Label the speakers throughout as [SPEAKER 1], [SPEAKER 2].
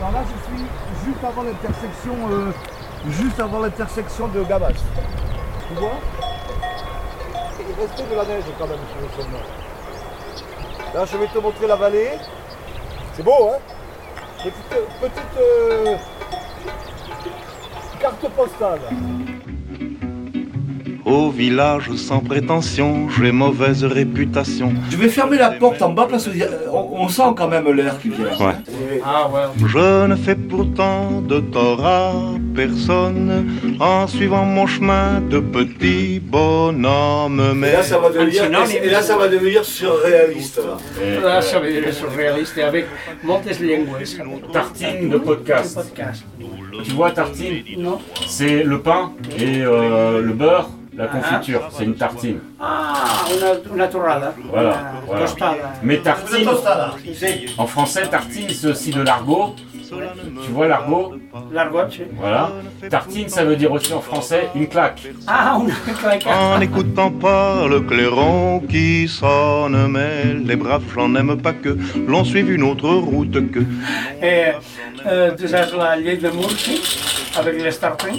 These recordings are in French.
[SPEAKER 1] ici, juste avant l'intersection, euh, juste avant l'intersection de Gabas. Tu vois Il restait de la neige quand même sur le sommet. Là, je vais te montrer la vallée. C'est beau, hein Petite, petite euh, carte postale.
[SPEAKER 2] Au village sans prétention, j'ai mauvaise réputation.
[SPEAKER 3] Je vais fermer la porte en bas parce qu'on euh, on sent quand même l'air qui vient.
[SPEAKER 2] Ouais.
[SPEAKER 4] Ah ouais.
[SPEAKER 2] Je ne fais pourtant de tort à personne en suivant mon chemin de petit bonhomme.
[SPEAKER 3] Et
[SPEAKER 2] Mais
[SPEAKER 3] là, ça va devenir,
[SPEAKER 4] Absolument.
[SPEAKER 3] et là, ça va devenir surréaliste. là.
[SPEAKER 4] Là, ça va être surréaliste et avec Montes Lengues.
[SPEAKER 5] Tartine de podcast. Tu vois tartine
[SPEAKER 4] Non
[SPEAKER 5] C'est le pain et euh, le beurre, la confiture. C'est une tartine.
[SPEAKER 4] Ah, una, una torrada.
[SPEAKER 5] Voilà,
[SPEAKER 4] Una
[SPEAKER 5] voilà.
[SPEAKER 4] tostada.
[SPEAKER 5] Mais
[SPEAKER 3] Une
[SPEAKER 5] tartine,
[SPEAKER 3] tostada.
[SPEAKER 5] en français, tartine, c'est aussi de l'argot. Tu vois l'argot
[SPEAKER 4] L'argot, sí.
[SPEAKER 5] Voilà. Tartine, ça veut dire aussi en français une claque.
[SPEAKER 4] Ah, una claca.
[SPEAKER 2] En n'écoutant pas le clairon qui sonne, mais les braves j'en aime pas que l'on suive une autre route que.
[SPEAKER 4] Eh, eh, tu saps la llei de Murphy, avec les tartins?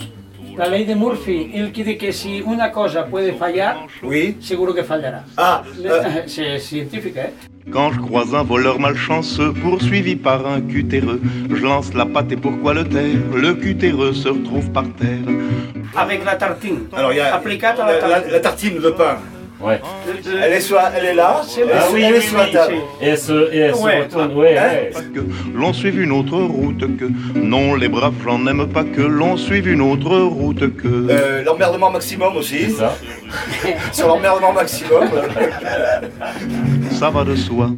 [SPEAKER 4] La ley de Murphy, el que dice que si una cosa puede fallar,
[SPEAKER 3] Oui.
[SPEAKER 4] seguro que fallará.
[SPEAKER 3] Ah, euh,
[SPEAKER 4] Eh. C'est scientifique, hein?
[SPEAKER 2] Quand je croise un voleur malchanceux poursuivi par un cutéreux, je lance la patte et pourquoi le taire Le cutéreux se retrouve par terre.
[SPEAKER 4] Avec la tartine.
[SPEAKER 3] alors il y a
[SPEAKER 4] Applicate à
[SPEAKER 3] la,
[SPEAKER 4] la
[SPEAKER 3] la-
[SPEAKER 4] tartine.
[SPEAKER 3] la tartine de pain.
[SPEAKER 5] Ouais.
[SPEAKER 3] Elle est, sur, elle est là. Elle,
[SPEAKER 4] Ah
[SPEAKER 3] est-
[SPEAKER 4] oui,
[SPEAKER 3] elle est
[SPEAKER 4] oui,
[SPEAKER 3] sur la
[SPEAKER 4] oui,
[SPEAKER 3] table.
[SPEAKER 5] Et elle se, et elle se
[SPEAKER 4] Ouais. Hein
[SPEAKER 5] retourne. Ouais, ouais.
[SPEAKER 2] Pas que l'on suive une autre route que. Non, les braves j'en aime pas que l'on suive une autre route que.
[SPEAKER 3] Euh, l'emmerdement maximum
[SPEAKER 5] C'est
[SPEAKER 3] aussi.
[SPEAKER 5] ça.
[SPEAKER 3] Sur l'emmerdement maximum.
[SPEAKER 2] Ça va de soi.